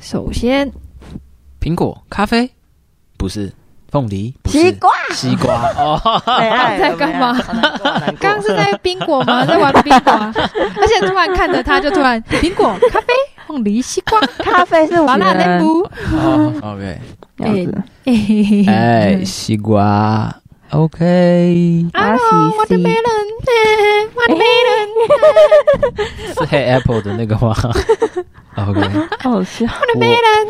首先，苹果、咖啡，不是凤梨，不西是瓜，西瓜 哦，没爱了在干嘛没爱了好难过好难过刚刚是在冰果吗？ 在玩冰果啊，而且突然看着他就突然苹果、咖啡、凤梨、西瓜、 咖啡是麻我辣们内布，哦，OK，这样子哎嘿嘿嘿 哎，西瓜，OK，啊阿西西，watermelon，哎，watermelon，是黑 Apple 的那个 吗哦？OK，好笑。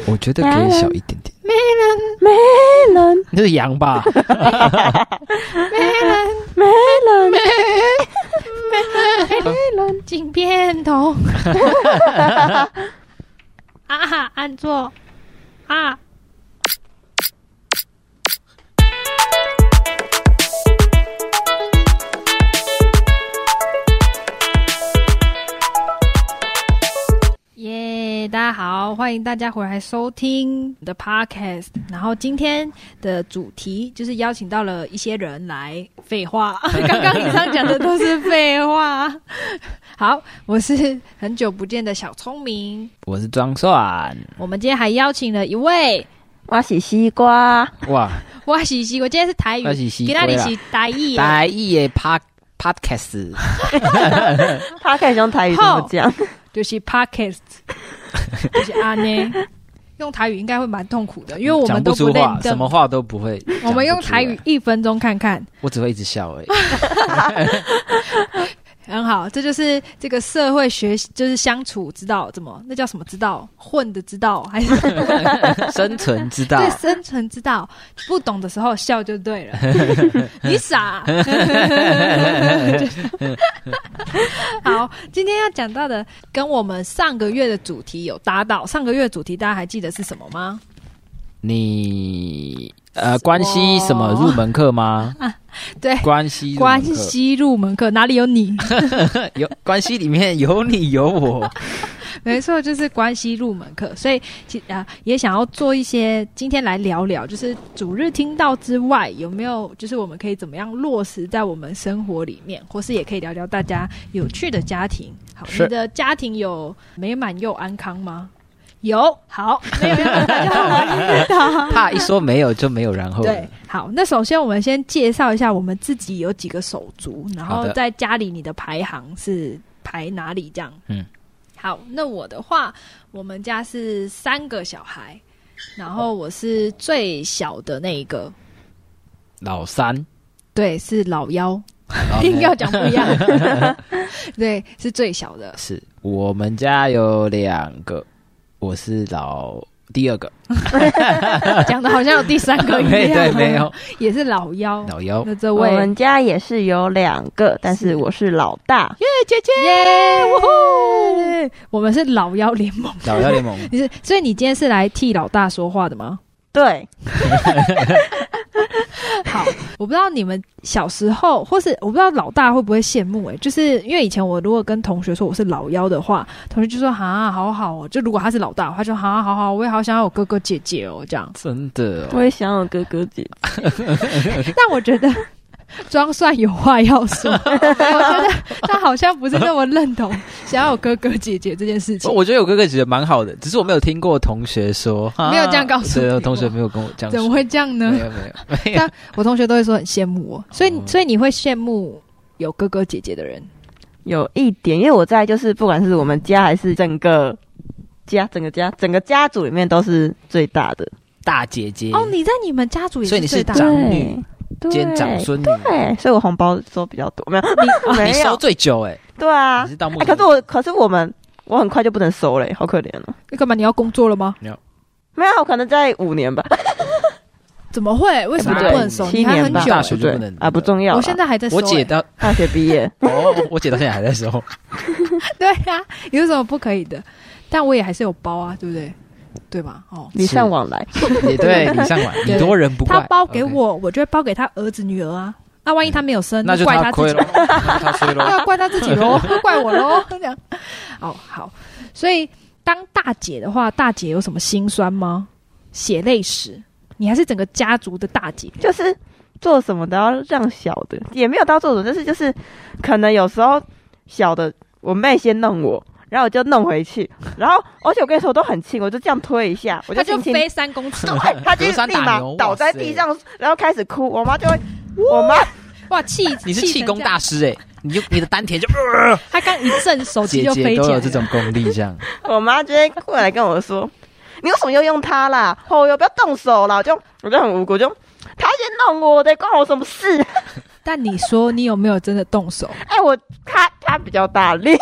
我我觉得可以小一点 点， melon，melon，啊没人，那是羊吧？没人， 镜片头， 啊哈，按错，啊，耶！大家好，欢迎大家回来收听我的 podcast。然后今天的主题就是邀请到了一些人来废 话，刚刚以上讲的都是废话。好，我是很久不见的小聪明。我是装蒜，我们今天还邀请了一位我是西瓜，哇，哇西西，我今天是台语那，是西哎给瓜那里啦是，台语啊，白意的 pod podcast，他可以用台语怎么讲？ 就是 podcast，就是阿呢。用台语应该会蛮痛苦的，因为我讲们不都出认话，真什。么话都不会。我们用台讲语不出来，一分钟看看，我只会一直笑 而已。很好，这就是这个社会学，就是相处之道，怎么那叫什么之道？混的之道还是生存之道对，生存之道？不懂的时候笑就对 了，你傻。好，今天要讲到的跟我们上个月的主题有搭到，上个月主题大家还记得是什么吗？你呃，关系什么入门课吗？啊对关系入门关课系入门课哪里有你？有关系里面有你 有我，没错，就是关系入门课，所以其啊、也想要做一些，今天来聊聊，就是主日听到之外，有没有就是我们可以怎么样落实在我们生活里面，或是也可以聊聊大家有趣的家庭。好，是你的家庭有美满又安康吗？有，好，没有要跟大家 玩怕一说没有就没有然后了对。，好，那首先我们先介绍一下我们自己有几个手足，然好后的在家里你的排行是排哪里这样？嗯，好，那我的话，我们家是三个小孩，然后我是最小的那一个，老三，对，是老幺， 然后呢硬 要讲不一 样，对，是最小的，是我们家有两个，我是老第二个，讲的好像有第三 个一样，没对没有也是老幺。老幺，那这我位们家也是有两个，但是我是老大，耶姐姐，耶！呜呼我们是老幺联盟。老幺联盟。你是，所以你今天是来替老大说话的吗？对，好， 我不知道你们小时候，或是我不知道老大会不会羡慕、欸，就是因为以前我如果跟同学说我是老幺的话，同学就说哈好好哦，就如果他是老大，他就哈好好，我也好想要有哥哥姐姐哦这样真的我哦，也想有哥哥姐姐。但我觉得装蒜有话要说，我觉得他好像不是那么认同 想要有哥哥姐姐这件事情我。我觉得有哥哥姐姐蛮好的，只是我没有听过同学说，啊 没有这样告诉对你有同学没有跟我这样怎说，么会这样呢没？有没有，我同学都会说很羡慕我，所以、哦所以你会羡慕有哥哥姐姐的人。有一点，因为我在就是不管是我们家还是整个家、整个家、整个家族里面都是最大的，大姐姐哦，你在你们家族也所以你是最大的长对女对兼长孙女，对，哎所以我红包收比较多，没有哇 你没收有，最久哎，对啊你是，到目哎前可是我可是我们我很快就不能收嘞，好可怜哦。那干嘛？你要工作了吗？没有，我可能在五年吧，怎么会？为什么哎不不对能收？七你还年很吧，久大欸、学就对不能啊，不重要啦。我现在还在收、我姐欸。到大学毕 业，哦，我姐到现在还在收， 对呀、有什么不可以的？但我也还是有包啊，对不对？对吧？哦，礼尚往来，也对，礼尚往，对礼多人不怪。他包给 OK，我，我就会包给他儿子女儿啊。那万一他没有生，那就怪他自亏己了，， 那他 对 亏了。啊，怪他自己 喽，怪我喽，这样。哦，好，所以当大姐的话，大姐有什么心酸吗？血泪史，你还是整个家族的大姐。就是做什么都要让小的，也没有到做什么，但是就是可能有时候小的我妹先弄我，然后我就弄回去，然后而且我跟你说我都很轻，我就这样推一下，我他就轻轻飞三公 尺，对，他就隔山立打马牛倒哇在塞地上，然后开始哭。我妈就会，我妈哇，气你是气功，大成师哎、你就你的丹田就、这样他刚一震手机姐就姐飞都起来了有这种功力，这样我妈就会过来跟我说：“你为什么要用它啦？后又不要动手啦！”我就我就很无辜，就他先弄我的，关我什么事？ 但你说你有没有真的动手？哎，我他他比较大力，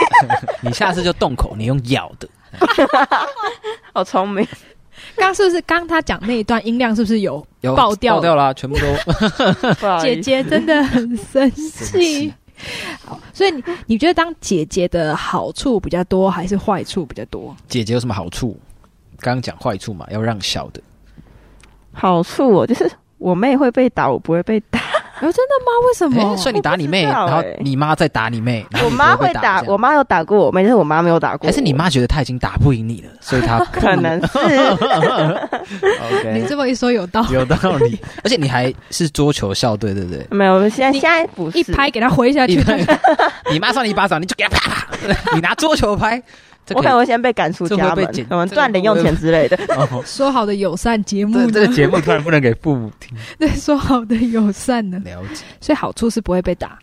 你下次就动口，你用咬的。好聪明。刚是不是刚他讲那一段音量是不是有？有爆掉了爆掉了啊、全部都不好姐意思，姐真的很生气气。好，所以你你觉得当姐姐的好处比较多，还是坏处比较多？姐姐有什么好处？刚刚讲坏处嘛，要让小的。好处我就是我妹会被打，我不会被打。哦，真的吗？为什哎、么？所以你打你妹，我不知道然后哎你妈再打你妹，然后我你妈不会会打，这样我妈有打过我妹，但是我妈没有打过我。还是你妈觉得她已经打不赢你了，所以她可能是你 OK 这么一说有道理， 有道理。而且你还是桌球校队，对不对？没有，我现在你现在不是一拍给他挥哎下你 去。你妈上你一巴掌，你就给她啪 啪，你拿桌球拍，这我可可以能会先被赶出这家会被门剪，可能这个赚零用会钱 之类的。哦说好的友善节目这呢？这个节目突然不能给父母听，对，说好的友善呢？了解所以好处是不会被打。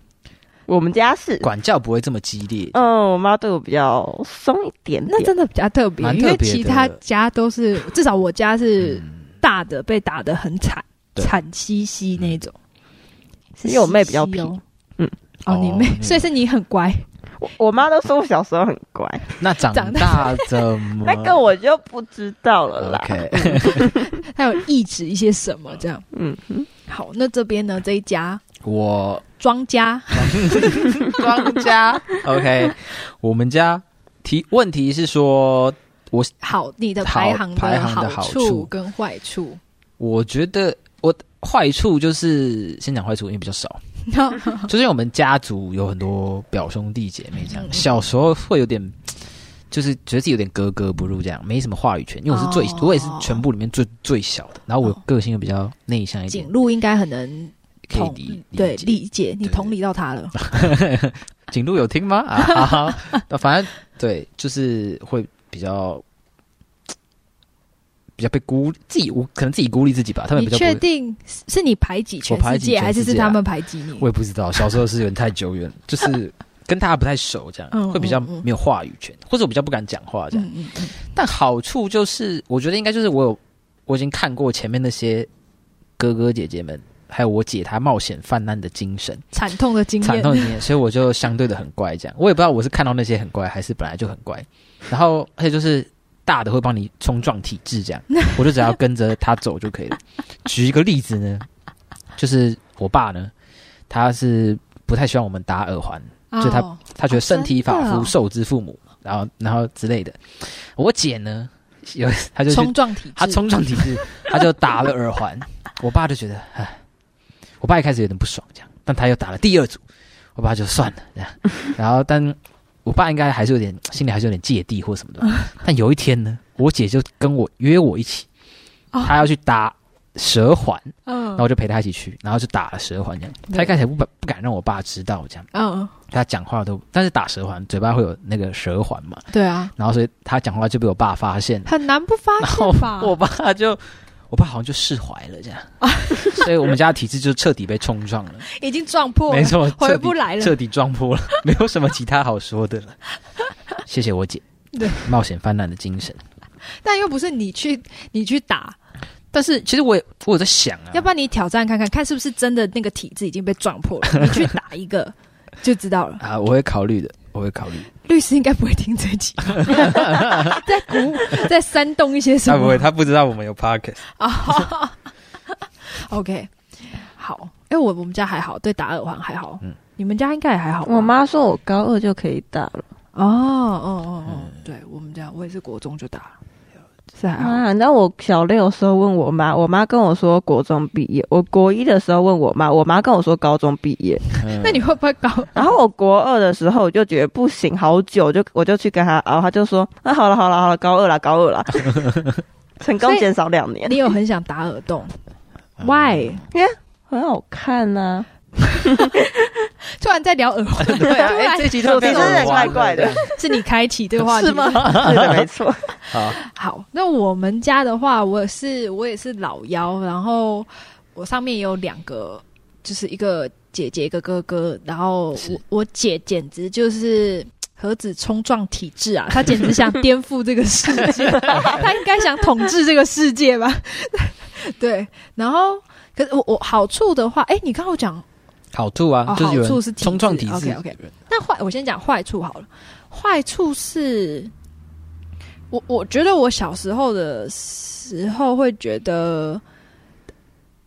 我们家是，管教不会这么激烈。嗯，我妈对我比较松一点那点。真的比较特别，蛮因为特别的其他家都是，至少我家是嗯大的被打得很惨，对惨兮兮那种。是因为我妹比较兮兮哦嗯，哦，你妹哦，嗯所以是你很乖，我我妈都说我小时候很乖，那长长大怎么？那个我就不知道了啦。哦 OK，她有抑制一些什么这样。嗯哼，好，那这边呢，这一家我 庄家，庄家 OK，我们家提问题是说，好，你的好排行排行好的好处处跟坏 处，我觉得我坏处就是先讲坏处，因为比较少。就是因为我们家族有很多表兄弟姐妹，这样嗯小时候会有点，就是觉得自己有点格格不入，这样没什么话语权，因为我是最，哦我也是全部里面最最小的，然后我个性又比较内向一点景，路应该很能可以同理对解理解，你对同理到他了。景路有听吗？啊， 好好那反正对，就是会比较。比较被孤自己，我可能自己孤立自己吧。他们你比较不确会，定是是你排挤全我排世挤界，全还是世是界啊他们排挤你我？也不知道，小时候是有点太久远，就是跟大家不太熟，这 嗯样会比较嗯嗯没有话语权，或者我比较不敢讲话这样。嗯嗯嗯，但好处就是，我觉得应该就是我有我已经看过前面那些哥哥姐姐们，还有我姐她冒险犯难的精神、惨痛的经惨验痛，的经验，所以我就相对的很乖。这样，我也不知道我是看到那些很乖，还是本来就很乖。然后，而且就是大的会帮你冲撞体 质，这样我就只要跟着他走就可以了。举一个例子呢，就是我爸呢，他是不太喜欢我们打耳环，就他哦他觉得身体发哦真的哦肤受之父母，然后然后之类的。我姐呢，有她就去冲撞体质，她冲撞体质，她就打了 耳环。我爸就觉得，唉，我爸一开始有点不爽这样，但他又打了第二组，我爸就算了 这样。然后，但我爸应该还是有点心里还是有点芥蒂或什 么的。但有一天呢，我姐就跟我约我一起，哦她要去打蛇环，嗯然后我就陪她一起去，然后就打了蛇环这样。她一开始不不敢让我爸知道这样。嗯，他讲话都，但是打蛇环，嘴巴会有那个蛇环嘛，对啊，然后所以他讲话就被我爸发现，很难不发然后现吧？我爸就，我爸好像就释怀 了这样，所以我们家的体制就彻底被冲撞了，已经撞破了没，错，回彻底不来了。彻底撞 破了，没有什么其他好说的了。谢谢我姐，对冒险泛滥的精神。但又不是你去你去打，但是其实我也我有在想啊，要不然你挑战看看，看是不是真的那个体质已经被撞破 了。你去打一个就知道了。啊，我会考虑的，我会考虑。律师应该不会听这 集，在鼓舞在煽动一些什么？他不知道我们有 pocket。啊 ，OK，好，哎，我我们家还好，对打耳环还好，嗯你们家应该也还好吧。我妈说我高二就可以打了哦哦哦哦，嗯对我们家我也是国中就打了，是还好。啊！你知道我小六的时候问我妈，我妈跟我说国中毕业；我国一的时候问我妈，我妈跟我说高中毕业。嗯那你会不会搞？然后我国二的时候，我就觉得不行，好久就我就去跟她熬，她就说：“那、好了好了好了，高二了高二了。”成功减少两年你，有很想打耳洞？Why？啊很好看呐、突然在聊耳 环， 对 啊，哎、这集突然变主持人耳环怪怪的了是你开启对 话题是吗？？ 是的，没错。好，好，那我们家的话，我是我也是老幺，然后我上面有两个，就是一个姐姐一个哥哥，然后是我我姐简直就是。何止冲撞体制啊！她简直想颠覆这个世 界，她应该想统治这个世界 吧？对，然后可是我我好处的话，哎、你刚刚有讲好处啊，哦就是有好处是人体制冲撞体制 OK，OK 那坏，我先讲坏处好了。坏处是，我我觉得我小时候的时候会觉得，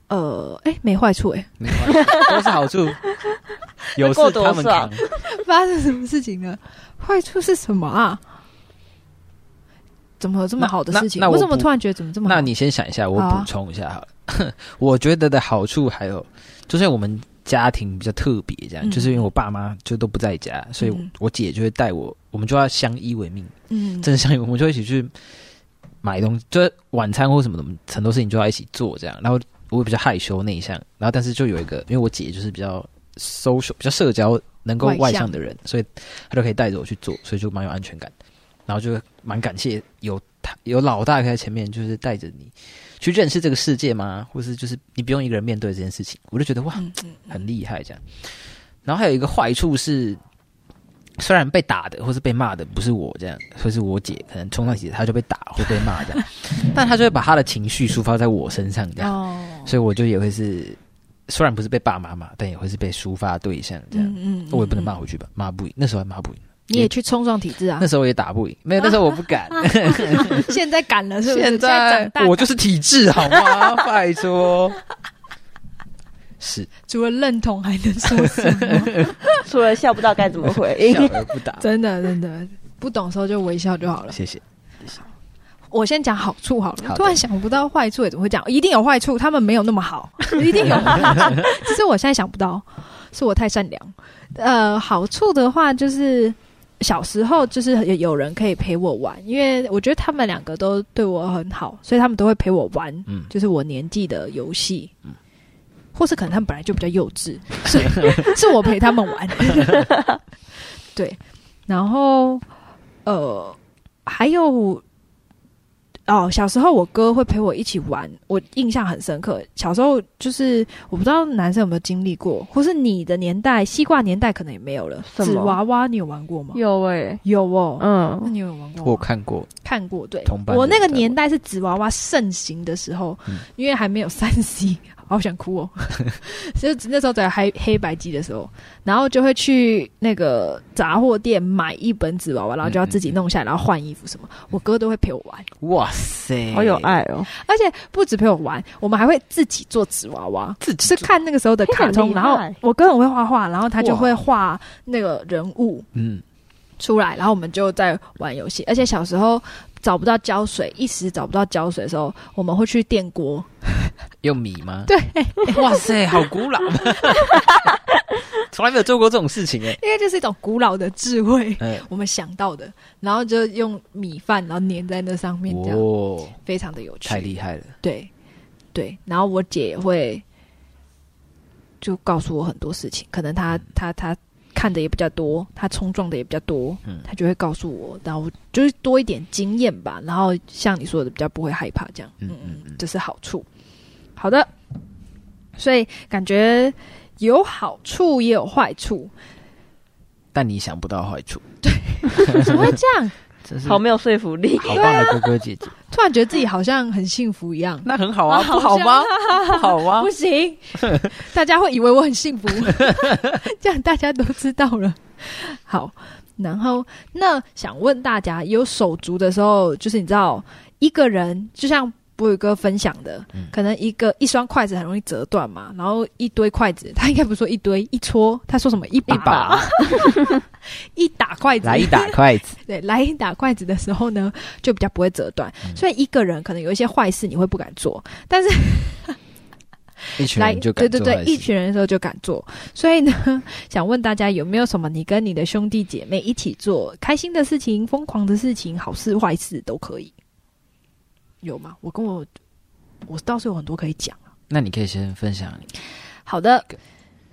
呃，哎、没坏处哎、没啊关系都是好处，有过事多他们扛，爽 发生什么事情呢？坏处是什么啊？怎么有这么好的事情？那那那我我怎么不突然觉得怎么这么好？那你先想一下，我好啊补充一下好了。 我觉得的好处还有，就是我们家庭比较特别，这样、嗯就是因为我爸妈就都不在家，所以嗯我姐就会带我，我们就要相依为命，嗯，真的相依为命，我们就一起去买东西，就是晚餐或什么的，我们很多事情就要一起做这样。然后我比较害羞内向，然后但是就有一个，因为我姐就是比较 social、比较社交、能够外外向向的人，所以她就可以带着我去做，所以就蛮有安全感。然后就蛮感谢有他有老大在前面，就是带着你去认识这个世界嘛，或是就是你不用一个人面对这件事情，我就觉得哇，嗯嗯很厉害这样。然后还有一个坏处是，虽然被打的或是被骂的不是我这样，或是我姐，可能冲上去她就被打或被 骂这样，但她就会把她的情绪抒发在我身上这样，哦，所以我就也会是，虽然不是被爸妈骂，但也会是被抒发对象这样。嗯我也不能骂，回去吧，骂不赢，那时候还骂不赢，你也去冲撞体制啊 那？时候也打不赢，没有，那时候我不 敢。 现在敢了是不是？现长大我就是体质，好吗？拜托。是除了认同还能 说什么？除了笑不知道该怎么回应哎笑，而不答，真的真的，不懂的时候就微笑就好了。 谢谢。我先讲好处好了，好的突然想不到坏处也怎么会讲？一定有坏处，他们没有那么好，一定有坏处。只是我现在想不到，是我太善良。呃，好处的话就是小时候就是有有人可以陪我玩，因为我觉得他们两个都对我很好，所以他们都会陪我玩，嗯就是我年纪的游戏。或是可能他们本来就比较幼稚，所以是 我陪他们玩。对，然后呃，还有哦，小时候我哥会陪我一起玩，我印象很深刻。小时候就是我不知道男生有没有经历过，或是你的年代，西瓜年代可能也没有了。什么纸娃娃你有玩过吗？有哎、有哦，那嗯，你有玩过吗？我看过，看过，对同，班我那个有在年代是纸娃娃盛行的时候，嗯因为还没有三 C，好想哭哦。 就那时候在黑黑白机的时候，然后就会去那个杂货店买一本纸娃娃，然后就要自己弄下来，然后换衣服什么。我哥都会陪我玩，哇塞，好有，爱哦，而且不止陪我玩，我们还会自己做纸娃娃。自是看那个时候的卡通，嘿很厉害然后我哥很会画画，然后他就会画那个人物，嗯，出来，然后我们就在玩游戏。而且小时候找不到胶水，一时找不到胶水的时候，我们会去电锅。用米吗？对， 哇塞，好 古老，从来没有做过这种事情哎。因为这是一种古老的智慧，哎，我们想到的，然后就用米饭，然后粘在那上 面，这样、哇，非常的有趣。哎哦太厉害了！对对，然后我姐也会就告诉我很多事情，可能她她她看的也比较多，她冲撞的也比较多，嗯她就会告诉我，然后就是多一点经验吧。然后像你说的，比较不会害怕这样，嗯嗯嗯嗯，这是好处。好的，所以感觉有好处也有坏处，但你想不到坏处，怎么会这样？ 真是好好没有说服力。棒的哥哥姐姐，突然觉得自己好像很幸福一样。那很好啊，好不好吗？不好啊吗不？ 行，大家会以为我很幸福， 这样大家都知道了。好，然后那想问大家，有手足的时候，就是你知道一个人，就像博宇哥分享的，嗯可能一个一双筷子很容易折断嘛，然后一堆筷子，他应该不是说一堆一撮，他说什么一把一把一打筷子来一打筷子， 对，来打筷子的时候呢，就比较不会折断。嗯所以一个人可能有一些坏事你会不敢做，但是一群来，人就对敢对做对坏，一事。群人的时候就敢做。所以呢， 想问大家有没有什么你跟你的兄弟姐妹一起做开心的事情、疯狂的事情、好事坏事都可以，有吗？我跟我我倒是有很多可以讲。那你可以先分享好的，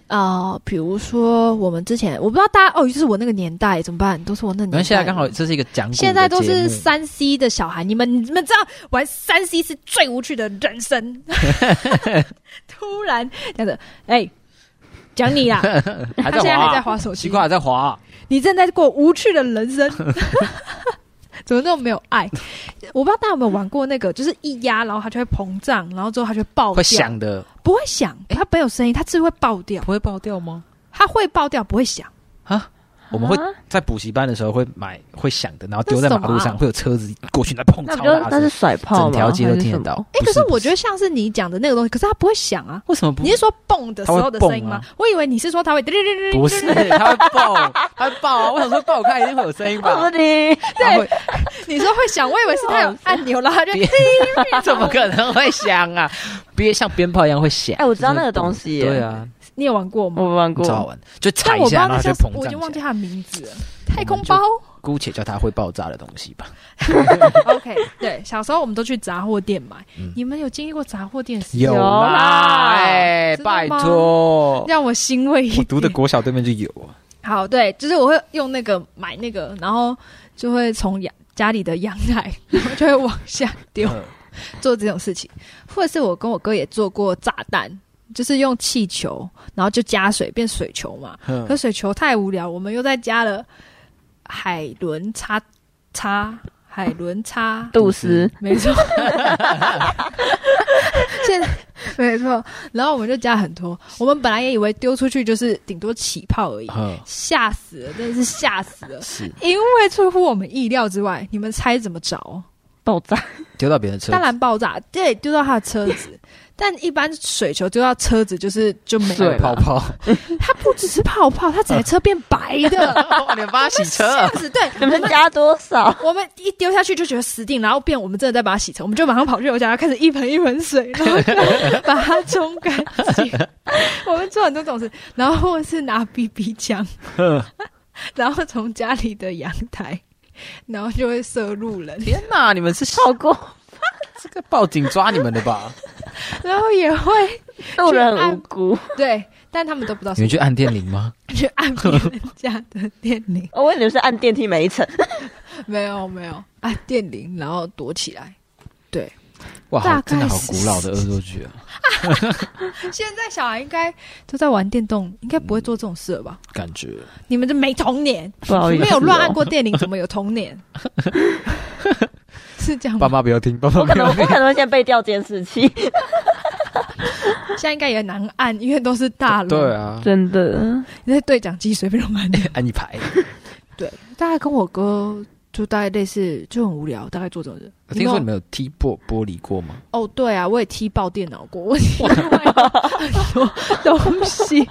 呃，比如说我们之前，我不知道大家哦，就是我那个年代怎么办？都是我那个年然代。后现在啊刚好这是一个讲古的节目，现在都是三 C 的小孩，你们你们知道玩三 C 是最无趣的人 生。突然这样子，哎、讲你啦， 他还在现在还在滑，划手奇机，怪还在滑，啊你正在过无趣的人 生，怎么那么没有爱？我不知道大家有没有玩过那个，就是一压，然后它就会膨胀，然后之后它就爆掉，会响的，不会响，它没有声音，它只会爆掉，不会爆掉吗？它会爆掉，不会响。我们会啊在补习班的时候会买会响的，然后丢在那是什么马啊路上，会有车子过去，那砰，那超不就大那是声，甩炮整吗？条街都还是听得什么到。。哎、不可是不我觉得像是你讲的那个东西，可是它不会响啊。为什么不你？是说蹦的时候的声音吗它会？啊我以为你是说它会，不是，它会爆，它会爆啊！我想说爆开一定会有声音我吧？不听，它会，你说会响，我以为是它有按钮，然后它就别怎么可能会响啊？憋像鞭炮一样会响。哎我知道那个东西耶就是会爆对啊，你有玩过吗？我没玩超好过。玩，就但踩我一不知下，道然那后就叫什么，膨我已经忘胀记起来。它的名字了。我们太空就包。姑且叫它会爆炸的东西吧。 OK，对，小时候我们都去杂货店买。嗯你们有经历过杂货店时期有吗啦，啦哎，真的吗拜托，让我欣慰一点。国小对面就有啊。好，对，就是我会用那个买那个，然后就会从阳家里的阳台，然后就会往下丢，嗯做这种事情。或者是我跟我哥也做过炸弹，就是用气球，然后就加水变水球嘛。嗯可水球太无聊，我们又再加了海伦叉叉，海伦叉杜斯，没错， 现在没错。然后我们就加很多，我们本来也以为丢出去就是顶多起泡而已，嗯，吓死了，真的是吓死了，是因为出乎我们意料之外。你们猜怎么着？爆炸，丢到别人的车当，然爆炸，对，丢到他的车子。但一般水球丢到车子就是就没对了，泡泡，它不只是泡泡，它整台车变白的， 哇， 你们帮他洗车吓死！对， 你们加多少？我们一丢下去就觉得死定，然后变我们真的在把它洗成，我们就马上跑去我家开始一盆一盆水，然后就 把它冲干净。我们做很多种事，然后或者是拿 BB 枪， 然后从家里的阳台，然后就会射路人，天哪，你们是 好过这个报警抓你们的 吧？然后也会 路人很无辜。对，但他们都不知道你 是们去按电铃吗？去按别人家的电铃，哦我以为你们是按电梯每一层，没有没有按啊电铃，然后躲起来。哇，大好概真的好是古老的恶作剧啊！现在小孩应该都在玩电动，应该不会做这种事了吧？感觉 你们这没童年。 不哦好意思，啊没有乱按。过电铃，怎么有童 年？是这样爸吗？妈不要听，爸妈我可不能要我听。可能会先被调监视器，现在应该也难按，因为都是大楼。 对，啊， 真 的。你在对讲机随便乱按。按一排。对， 大概跟我哥就大概类似，就很无聊，大概做这种事。听说有你没有们有踢破玻璃过吗？哦，对啊，我也踢爆电脑过，我 踢坏很多东西。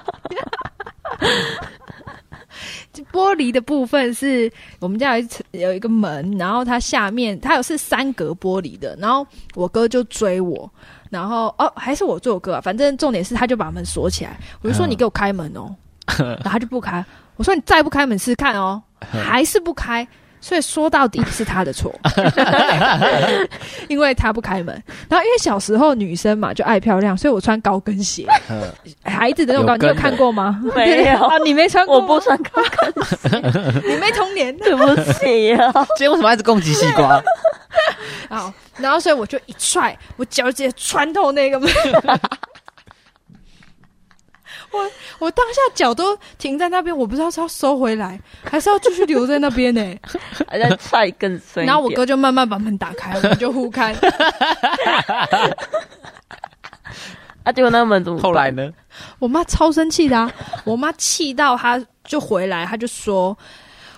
这玻璃的部分是我们家有一层有一个门，然后它下面它有是三格玻璃的，然后我哥就追我，然后哦还是我追我哥啊，反正重点是他就把门锁起来，我就说嗯你给我开门 哦，然后他就不开，我说你再不开门试试看哦，还是不开，所以说到底是他的 错，因为他不开门。然后因为小时候女生嘛就爱漂亮，所以我穿高跟鞋，嗯孩子的那种高，你有跟有看过吗？没有 啊，你没穿过 我吗，不穿高跟，你没童年。 对不 起啊。今天为什么一直攻击西瓜？好，然后所以我就一踹，我脚直接穿透那个门。我我当下脚都停在那边，我不知道是要收回来，还是要继续留在那边呢、还在踹更深一点。然后我哥就慢慢把门打开，我们就互看。啊，结果那个门怎么办？ 后来呢？我妈超生气的、啊，我妈气到她就回来，她就说：“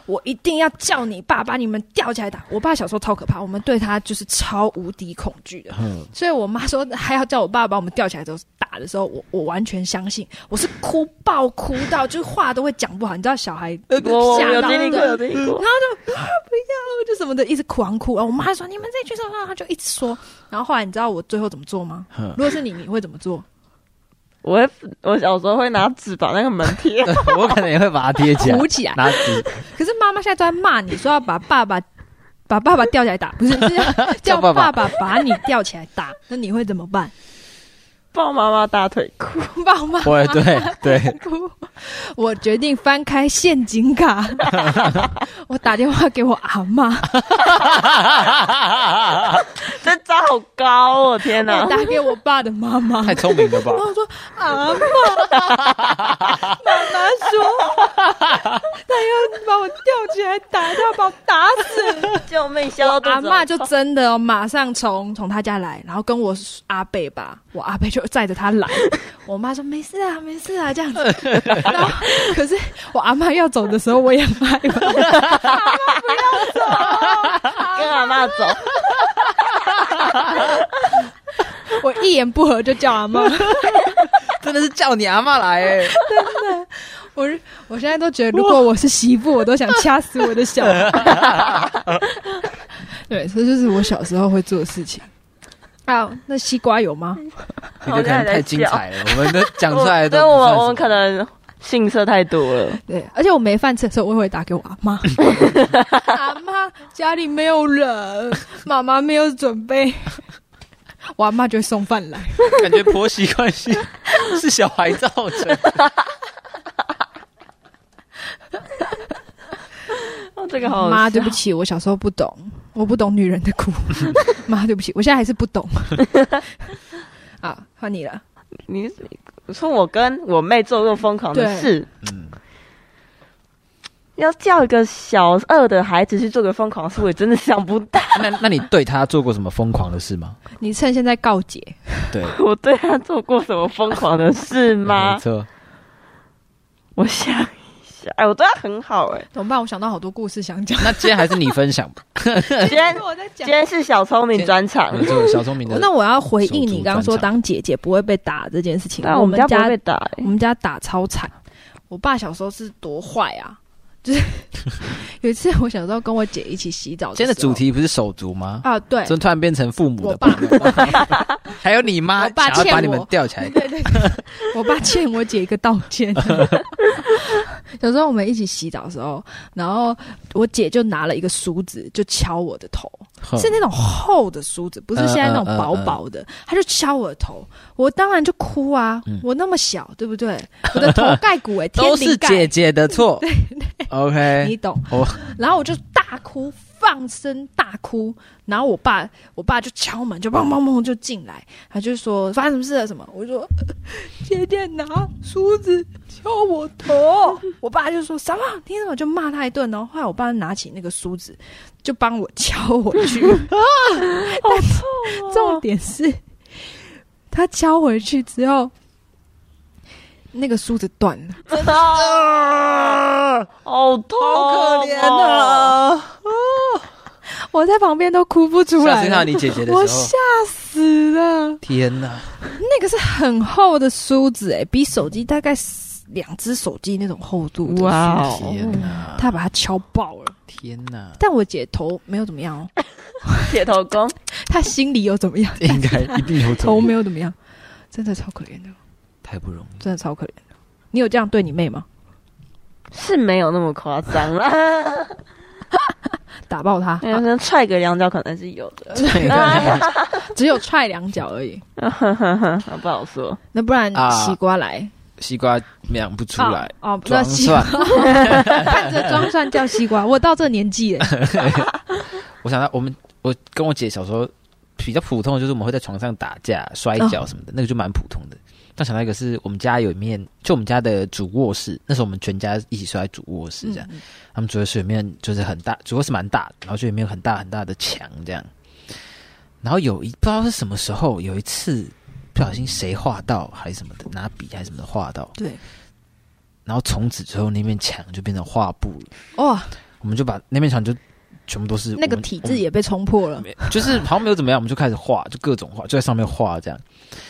我一定要叫你爸把你们吊起来打。”我爸小时候超可怕，我们对他就是超无敌恐惧的，嗯，所以我妈说还要叫我爸把我们吊起来之后打的时候，我我完全相信，我是哭爆哭到就是话都会讲不好，你知道小孩我我吓呃有到经历过，的有经历过。就什么的一直狂哭，然后我妈说你们这群什么，她就一直说，然后后来你知道我最后怎么做吗？嗯如果是你，你会怎么做？我会，我小时候会拿纸把那个门贴， 我可能也会把它贴 起来哭，起来。拿纸可是妈妈现在都在骂你，说要把爸爸 把爸爸吊起来打，不是是叫叫爸爸爸爸把你吊起来打，那你会怎么办？抱妈妈大腿裤， 抱妈对对对，哭，我决定翻开陷阱卡， 我打电话给我阿妈，这招好高哦！天哪我， 打给我爸的妈 妈，太聪明了吧？我说阿妈，妈妈说 他要把我吊起来打，他要把我打死。救命！笑到肚子阿好痛妈就真的、哦、马上从从他家来，然后跟我阿贝吧，我阿贝就载着他来。我妈说没事啊，没事啊，这样子。然后可是我阿妈要走的时候，我也害怕。跟阿妈走，我一言不合就叫阿妈，真的是叫你阿妈来、欸，我是我现在都觉得，如果我是媳妇，我都想掐死我的小孩。对，这就是我小时候会做的事情。啊，那西瓜有吗？你的可能太精彩了，我们都讲出来我都对不我算们什我么们可能性色太多了，对，而且我没饭吃的时候，我也会打给我阿妈。阿妈，家里没有人，妈妈没有准备，我阿妈就会送饭来。感觉婆媳关系 是小孩造成 的。哦，这个好好妈，笑对不起，我小时候不懂，我不懂女人的 苦。妈，对不起，我现在还是不懂。啊，换你了。你你说我跟我妹做过疯狂的对事，嗯，要叫一个小二的孩子去做个疯狂的事，我也真的想不到。 那那你对他做过什么疯狂的事吗？你趁现在告解，对，我对他做过什么疯狂的事没吗？错，我想一下，哎，我对他很好哎、怎么办？我想到好多故事 想讲。那今天还是你分享吧，今天我在讲今。天是小聪明专场，没错，小聪明的。那我要回应手你足刚刚说专当姐姐不会被打这件事情。但我我们们家不家会被打、欸我。们家打超惨。我爸小时候是多坏啊，就是 有一次我小时候跟我姐一起洗澡，今天的主题不是手足吗？啊，对，怎么突然变成父母我的爸朋友？还有你妈我爸想要欠把你们我吊起来，对对对，我爸欠我姐一个道歉。 有时候我们一起洗澡的时候，然后我姐就拿了一个梳子就敲我的头，哼是那种厚的梳子，不是现在那种哦嗯嗯嗯薄薄的，她就敲我的头，我当然就哭啊，嗯我那么小，对不对？我的头盖骨哎、天 都灵是盖，姐姐的错。你 OK，懂。哦然后我就大哭，放声大哭。然后我爸，我爸就敲门，就砰砰砰就进来，他就说发生什么事了什么？我就说呃姐姐拿梳子敲我头。我爸就说什么？你怎么就骂他一顿？然后后来我爸拿起那个梳子，就帮我敲回去。重点是，他敲回去之后，那个梳子断了。真的， 好痛、哦好可怜啊！我在旁边都哭不出下来次看了到啊你姐姐的我时候吓，死了。天哪！那个是很厚的梳子、哎，比手机大概两只手机那种厚度的哇梳哦子，天哪！他把它敲爆了。天哪！但我姐头没有怎么样哦，铁头功，她心里有怎么样， 应该一定有头没有怎么样，真的超可怜的，太 不容易。真的超可怜的。你有这样对你妹吗？是没有那么夸张啦，打爆她，嗯啊可能踹个两脚可能是有 的，啊只有踹两脚而已。不好说。那不然啊西瓜来，西瓜养不出 来，哦，哦不装要西瓜 蒜，。看着装蒜叫西瓜。我到这年纪 了，我想到我们，我跟我姐小时候比较普通的就是我们会在床上打架、摔跤什么的，那个就蛮普通的。但想到一个是我们家有一面，就我们家的主卧室，那时候我们全家一起睡在主卧室这样。嗯他们主卧室里面就是很大，主卧室蛮大的，然后就里面有很大很大的墙这样。然后有一不知道是什么时候，有一次不小心谁画到还是什么的，拿笔还是什么的画到，对，然后从此之后那面墙就变成画布了，哇，我们就把那面墙就全部都是那我个们体我质们也被冲破了。没就是好像没有怎么样，我们就开始画，就各种画，就在上面画这样。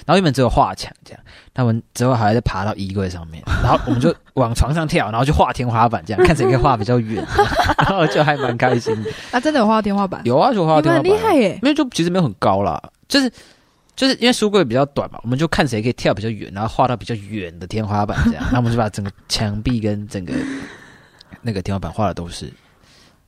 然后原本只有画墙这样，那我们之后还在爬到衣柜上面，然后我们就往床上跳，然后就画天花板这样，看谁可以画比较远， 然后就还蛮开心的。啊，真的有画到天花板， 有啊，就画到你们天花很厉板啊，害耶！没有就其实没有很高啦，就是就是因为书柜比较短嘛，我们就看谁可以跳比较远，然后画到比较远的天花板 这样，然后我们就把整个墙壁跟整个那个天花板画的都是，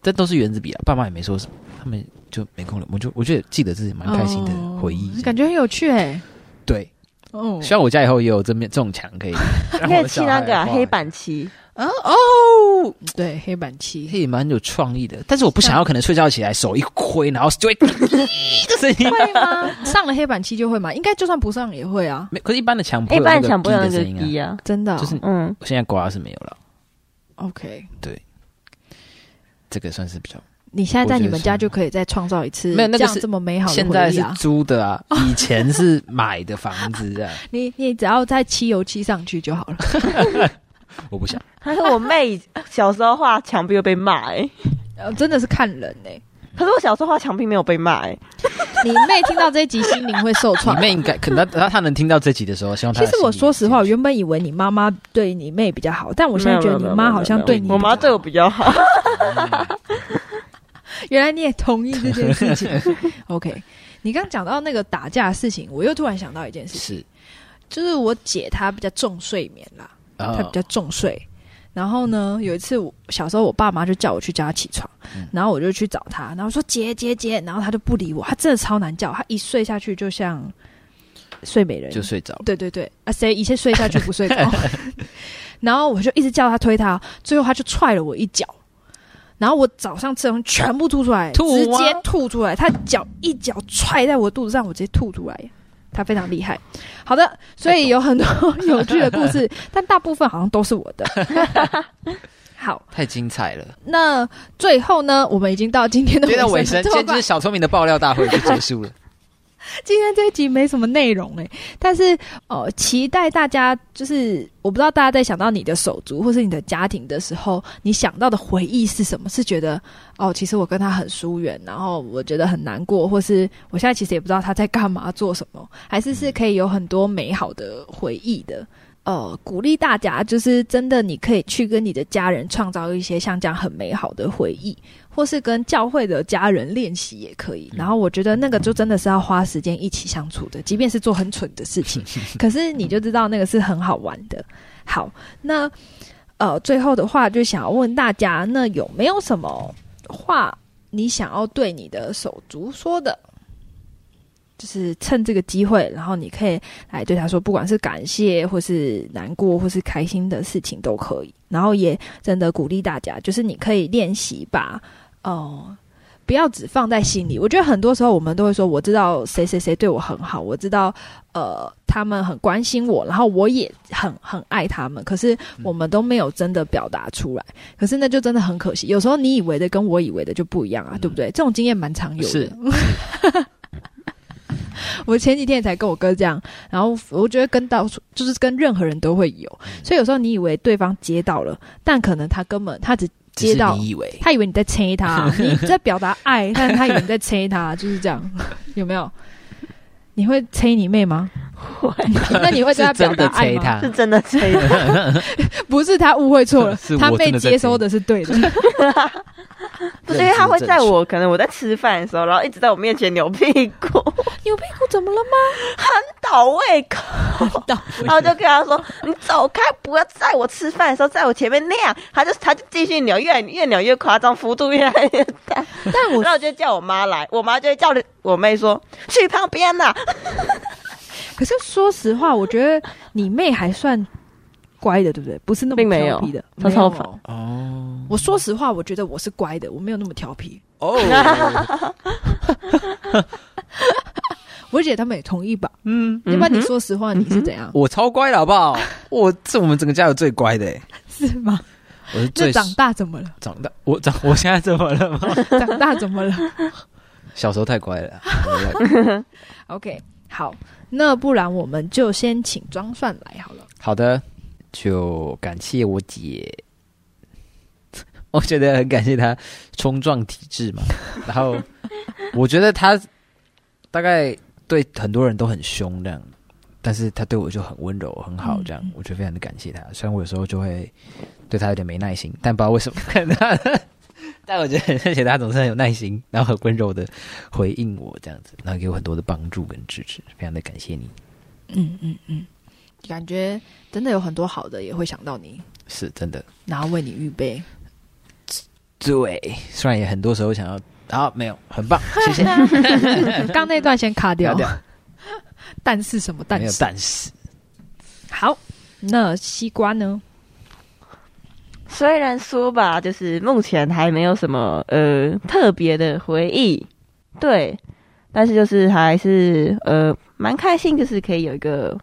这都是原子笔啊，爸妈也没说什么，他们哦就没空了，我就我就记得自己蛮开心的回忆哦，感觉很有趣哎、对。哦希望我家以后也有这面这种墙可以你让可我以的漆小那孩画。个啊黑板漆，啊哦，对，黑板漆，也蛮有创意的。但是我不想要，可能睡觉起来手一挥，然后就会 的声音。会吗？ 上了黑板漆就会吗？应该就算不上也会啊，没，可是一般的墙不会一有那般个墙不会有那滴个的声音滴啊。啊，真的哦、就是嗯，我现在刮是没有了， OK。这个算是比较。你现在在你们家我觉得是就可以再创造一次没有那个这样是这么美好的现在回忆是啊！租的啊， 以前是买的房子啊。 你你只要再漆油漆上去就好了。我不想，但是我妹 小时候画墙壁会被骂、欸，呃，真的是看人呢、可是我小时候画墙壁没有被骂、欸，你妹听到这一集心灵会受你创。妹应该，可能她她能听到这集的时候，希 望她其的实心里我说实话，我有原本以为你妈妈对你妹比较好，但我现在觉得你妈好像对你比较我好……妈对我比 较好，嗯原来你也同意这件事情。OK，你刚讲到那个打架的事情，我又突然想到一件事情， 是就是我姐她比较重睡眠啦，啊她比较重睡。然后呢，有一次我小时候，我爸妈就叫我去叫她起床，然后我就去找她，然后说姐姐姐，然后她就不理我，她真的超难叫，她一睡下去就像睡美人，就 睡着了。对对对，啊，谁一切睡下去不 睡着，然后我就一直叫他推他，最后他就踹了我一脚，然后我早上吃的东西全部吐出来，吐直吗接吐出来，他脚一脚踹在我肚子上，我直接吐出来。他非常厉害，好的，所以有很多有趣的故 事，但大部分好像都是我的。 好，太精彩了！那最后呢，我们已经到今天的接到尾尾声了，声，今这么天就是快小聪明的爆料大会就结束了。今天这一集没什么内容哎、但是呃，期待大家就是我不知道大家在想到你的手足或是你的家庭的时候，你想到的回忆是什么？是觉得哦，其实我跟他很疏远，然后我觉得很难过，或是我现在其实也不知道他在干嘛做什么，还是是可以有很多美好的回忆的。呃，鼓励大家，就是真的，你可以去跟你的家人创造一些像这样很美好的回忆。或是跟教会的家人练习也可以。然后我觉得那个就真的是要花时间一起相处的，即便是做很蠢的事情，可是你就知道那个是很好玩的。好，那呃，最后的话就想要问大家，那有没有什么话你想要对你的手足说的？就是趁这个机会，然后你可以来对他说，不管是感谢，或是难过，或是开心的事情都可以。然后也真的鼓励大家，就是你可以练习把哦，不要只放在心里。我觉得很多时候我们都会说，我知道谁谁谁对我很好，我知道呃他们很关心我，然后我也很很爱他们。可是我们都没有真的表达出来，可是那就真的很可惜。有时候你以为的跟我以为的就不一样啊，对不对？这种经验蛮常有的。是 我前几天也才跟我哥这样，然后我觉得跟到处就是跟任何人都会有，所以有时候你以为对方接到了，但可能他根本他只只 是接到你以为他以为你在催他， 你在表达爱，但他以为你在催他，就是这样，有没有？你会催你妹吗？ 那你会对他是表真达的爱催吗？他，是，真的吹的。不是他误会错了是我他真被的在接收的是对的。不是因为她会在我可能我在吃饭的时候，然后一直在我面前扭屁股， 有屁股怎么了吗？倒胃 口，倒然后就跟她说：“你走开，不要在我吃饭的时候在我前面那样。”她就她就继续扭，越越扭越夸张，幅度越来越大。但我 然后我就叫我妈来，我妈就会叫我妹说：“去旁边呐、可是说实话，我觉得你妹还算乖的，对不对？不是那并么没有调皮的，她没有超烦 哦我说实话，我觉得我是乖的，我没有那么调皮。哦，我姐他们也同意吧？嗯，要不然你说实话，你是怎嗯样？我超乖的好 不好？我是我们整个家有最乖的欸，是吗？我是那最长大怎么了？长大，我长我现在怎么了吗？长大怎么了？ 小时候太乖了， OK，好，那不然我们就先请装蒜来好了。好的，就感谢我姐，我觉得很感谢她冲撞体质嘛。然后我觉得她大概对很多人都很凶这样，但是她对我就很温柔、很好这样，嗯我觉得非常的感谢她。虽然我有时候就会对她有点没耐心，但不知道为什么，但我觉得谢谢她总是很有耐心，然后很温柔的回应我这样子，然后给我很多的帮助跟支持，非常的感谢你。嗯嗯嗯，感觉真的有很多好的也会想到你，是真的，然后为你预备。对，虽然 也很多时候想要，啊，没有，很棒，谢谢。刚那段先卡掉卡。掉但是什么但没有是？但是好，那西瓜呢？ 虽然说吧，就是目前还没有什么呃特别的回忆，对，但是就是还是呃蛮开心，就是可以有一个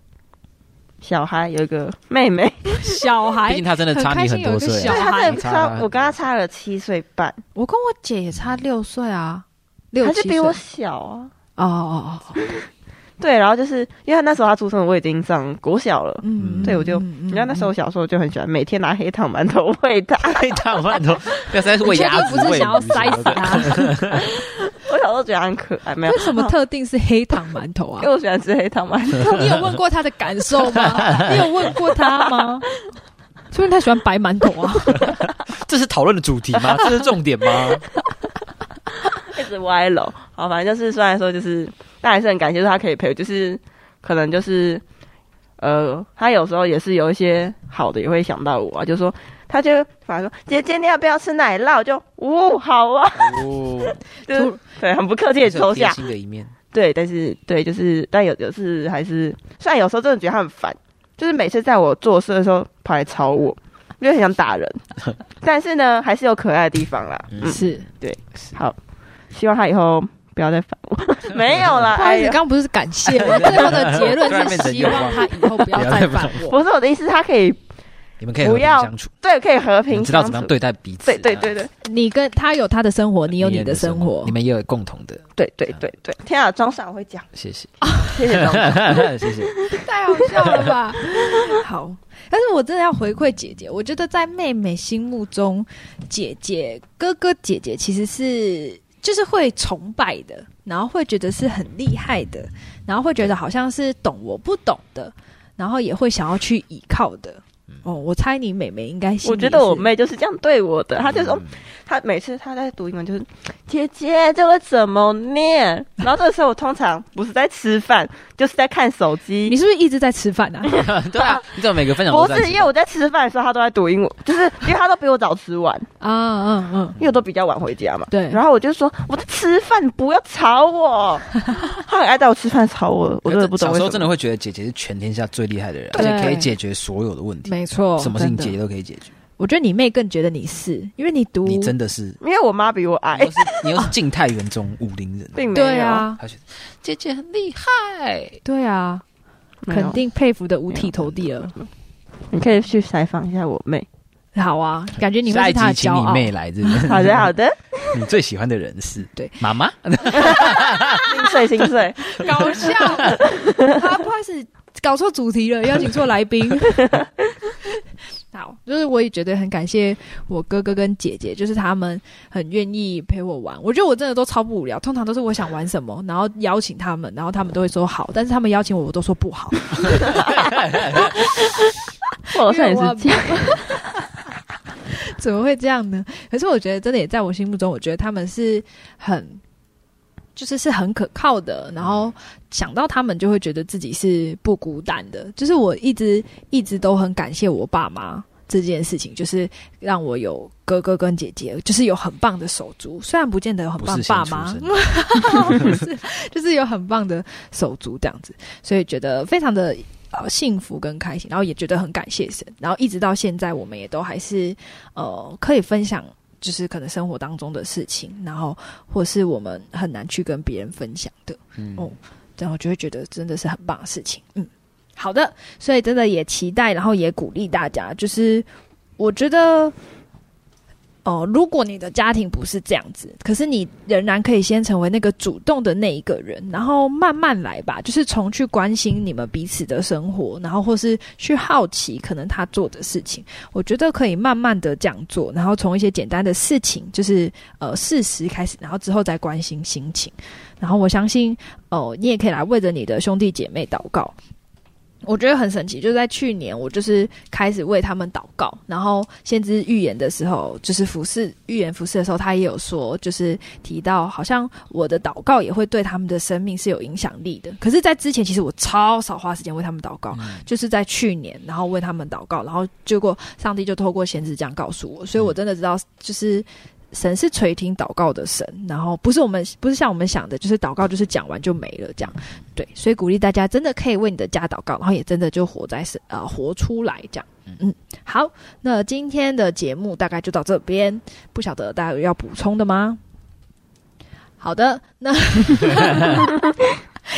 小孩，有一个妹妹。小毕孩竟，他真的差你很多岁、小对 孩啊，她真的差差，我跟她差了七岁半， 我跟我姐也差六岁啊，六她七是比岁。我哦小啊。哦哦，哦对，然后就是因为她那时候她出生，我已经上国小了。嗯，对我就嗯你知道那时候小时候就很喜欢每天拿黑糖馒头喂她。被烫 馒头，要塞是喂鸭子，你确定不是喂想要鱼什塞么死的。他？ 我小时候觉得她很可爱，没有为，什么特定是黑糖馒头啊因为？我喜欢吃黑糖馒 头。你有问过他的感受 吗？你有问过他吗？说明他喜欢白馒头 啊。这是讨论的主题 吗？这是重点 吗？一直歪楼。好，反正就是虽然说就是，但还是很感谢就是他可以陪我，就是可能就是呃，他有时候也是有一些好的，也会想到我啊，就说他就反正说姐姐你要不要吃奶酪？我就哦好啊，哦，就是对，很不客气这的是抽有贴下。心的一面，对，但是对，就是但有有是还是，虽然有时候真的觉得他很烦，就是每次在我做事的时候跑来吵我，我就很想打人，但是呢，还是有可爱的地方啦。嗯嗯，是，好，希望他以后不要再烦我。没有啦，不好哎意思，呀刚，刚不是感谢 吗？最后的结论是希望他以后不要再烦我。不是我的意思，他可以你们可以和平不要相处，对可以和你平们知道相怎么样处对待彼此。啊对对对，对你跟他有他的生活，你有你的的生活你。们也有共同的，对对对对，天啊，装傻我会讲，谢 谢，谢谢装傻。谢谢。太好笑了吧？ 好，但是我真的要回馈姐姐，我觉得在妹妹心目中，姐姐、哥哥、姐姐其实是就是会崇拜的，然后会觉得是很厉害的，然后会觉得好像是懂我不懂的，然后也会想要去依靠的。哦，我猜你妹妹应该心里我觉得我是妹就是这样对我的，她就说嗯，她每次她在读英文就是姐姐这个怎么念？然后这个时候我通常不是在吃饭，就是在看手你机。是不是一直在吃饭啊？对啊，你怎么每个分享不都在是，因为我在吃饭的时候，她都在读英文，就是因为她都比我早吃完，啊嗯嗯，因为我都比较晚回家嘛。对，然后我就说我在吃饭，不要吵我。他很爱在我吃饭吵我，我真的不懂小为时什候么。真的会觉得姐姐是全天下最厉害的人，而对且可以解决所有的问题，没错，什么事情姐真姐的都可以解决。我觉得你妹更觉得你是，因为你读你真的是，因为我妈比我矮你又，是你又是静态园中武林人，并没有，对啊，她觉得姐姐很厉害。对啊，没有肯。定佩服的五体投地了。你可以去采访一下我妹。好啊，感觉你会下是一集他的骄请你傲。妹来这边，好的，好的， 你最喜欢的人是对 妈妈，心碎心碎。搞笑， 他不好意思搞错主题了，邀请错来 宾。好，就是我也觉得很感谢我哥哥跟姐姐，就是他们很愿意陪我玩。我觉得我真的都超不无聊，通常都是我想玩什么，然后邀请他们，然后他们都会说好，但是他们邀请我，我都说不好。我好像也是这样， 怎么会这样呢？可是我觉得真的也在我心目中，我觉得他们是很，就是是很可靠的。然嗯后想到他们，就会觉得自己是不孤单的。就是我一直一直都很感谢我爸妈这件事情，就是让我有哥哥跟姐姐，就是有很棒的手足。虽然不见得有很 不棒是的先爸出妈生，不 是，就是有很棒的手足这样子，所以觉得非常的呃幸福跟开心，然后也觉得很感谢神，然后一直到现在，我们也都还是呃可以分享，就是可能生活当中的事情，然后或是我们很难去跟别人分享的，嗯哦然后就会觉得真的是很棒的事情，嗯。好的，所以真的也期待，然后也鼓励大家，就是我觉得，哦、如果你的家庭不是这样子，可是你仍然可以先成为那个主动的那一个人，然后慢慢来吧，就是从去关心你们彼此的生活，然后或是去好奇可能他做的事情，我觉得可以慢慢的这样做，然后从一些简单的事情，就是呃事实开始，然后之后再关心心情，然后我相信哦、你也可以来为着你的兄弟姐妹祷告。我觉得很神奇，就在去年，我就是开始为他们祷告，然后先知预言的时候，就是服侍预言服侍的时候，他也有说，就是提到好像我的祷告也会对他们的生命是有影响力的。可是，在之前，其实我超少花时间为他们祷告，嗯就是在去年，然后为他们祷告，然后结果上帝就透过先知这样告诉我，所以我真的知道，就是神是垂听祷告的神，然后不是我们不是像我们想的，就是祷告就是讲完就没了这样。对，所以鼓励大家真的可以为你的家祷告，然后也真的就活在神呃活出来这样。嗯，好，那今天的节目大概就到这边，不晓得大家有要补充的吗？好的，那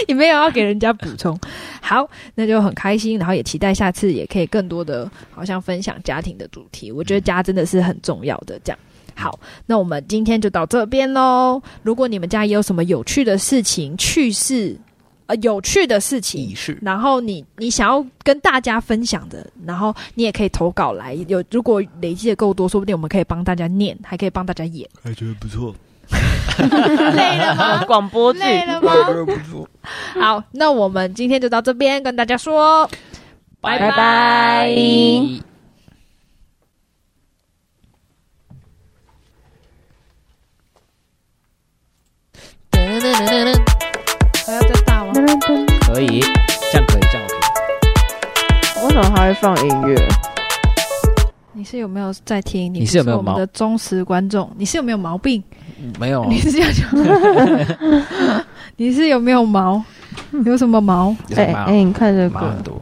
也没有要给人家补充。好，那就很开心，然后也期待下次也可以更多的，好像分享家庭的主题。我觉得家真的是很重要的，这样。好，那我们今天就到这边喽。如果你们家也有什么有趣的事情、趣事，呃，有趣的事情意，识然后你你想要跟大家分享的，然后你也可以投稿来。有如果累积的够多，说不定我们可以帮大家念，还可以帮大家演。还觉得不错， 累了 吗？ 广播剧累了吗还？觉得不错。 好，那我们今天就到这边，跟大家说。拜拜拜还要再大吗？可以，这样可以，这样 OK。为什么他会放音乐？你是有没有在听？你是有没有不我们毛的忠实观众？你是有没有毛病？嗯没有， 哎你是这样 讲？你是有没有毛？有什么毛？有哎什么哎，你看这麻很个，多。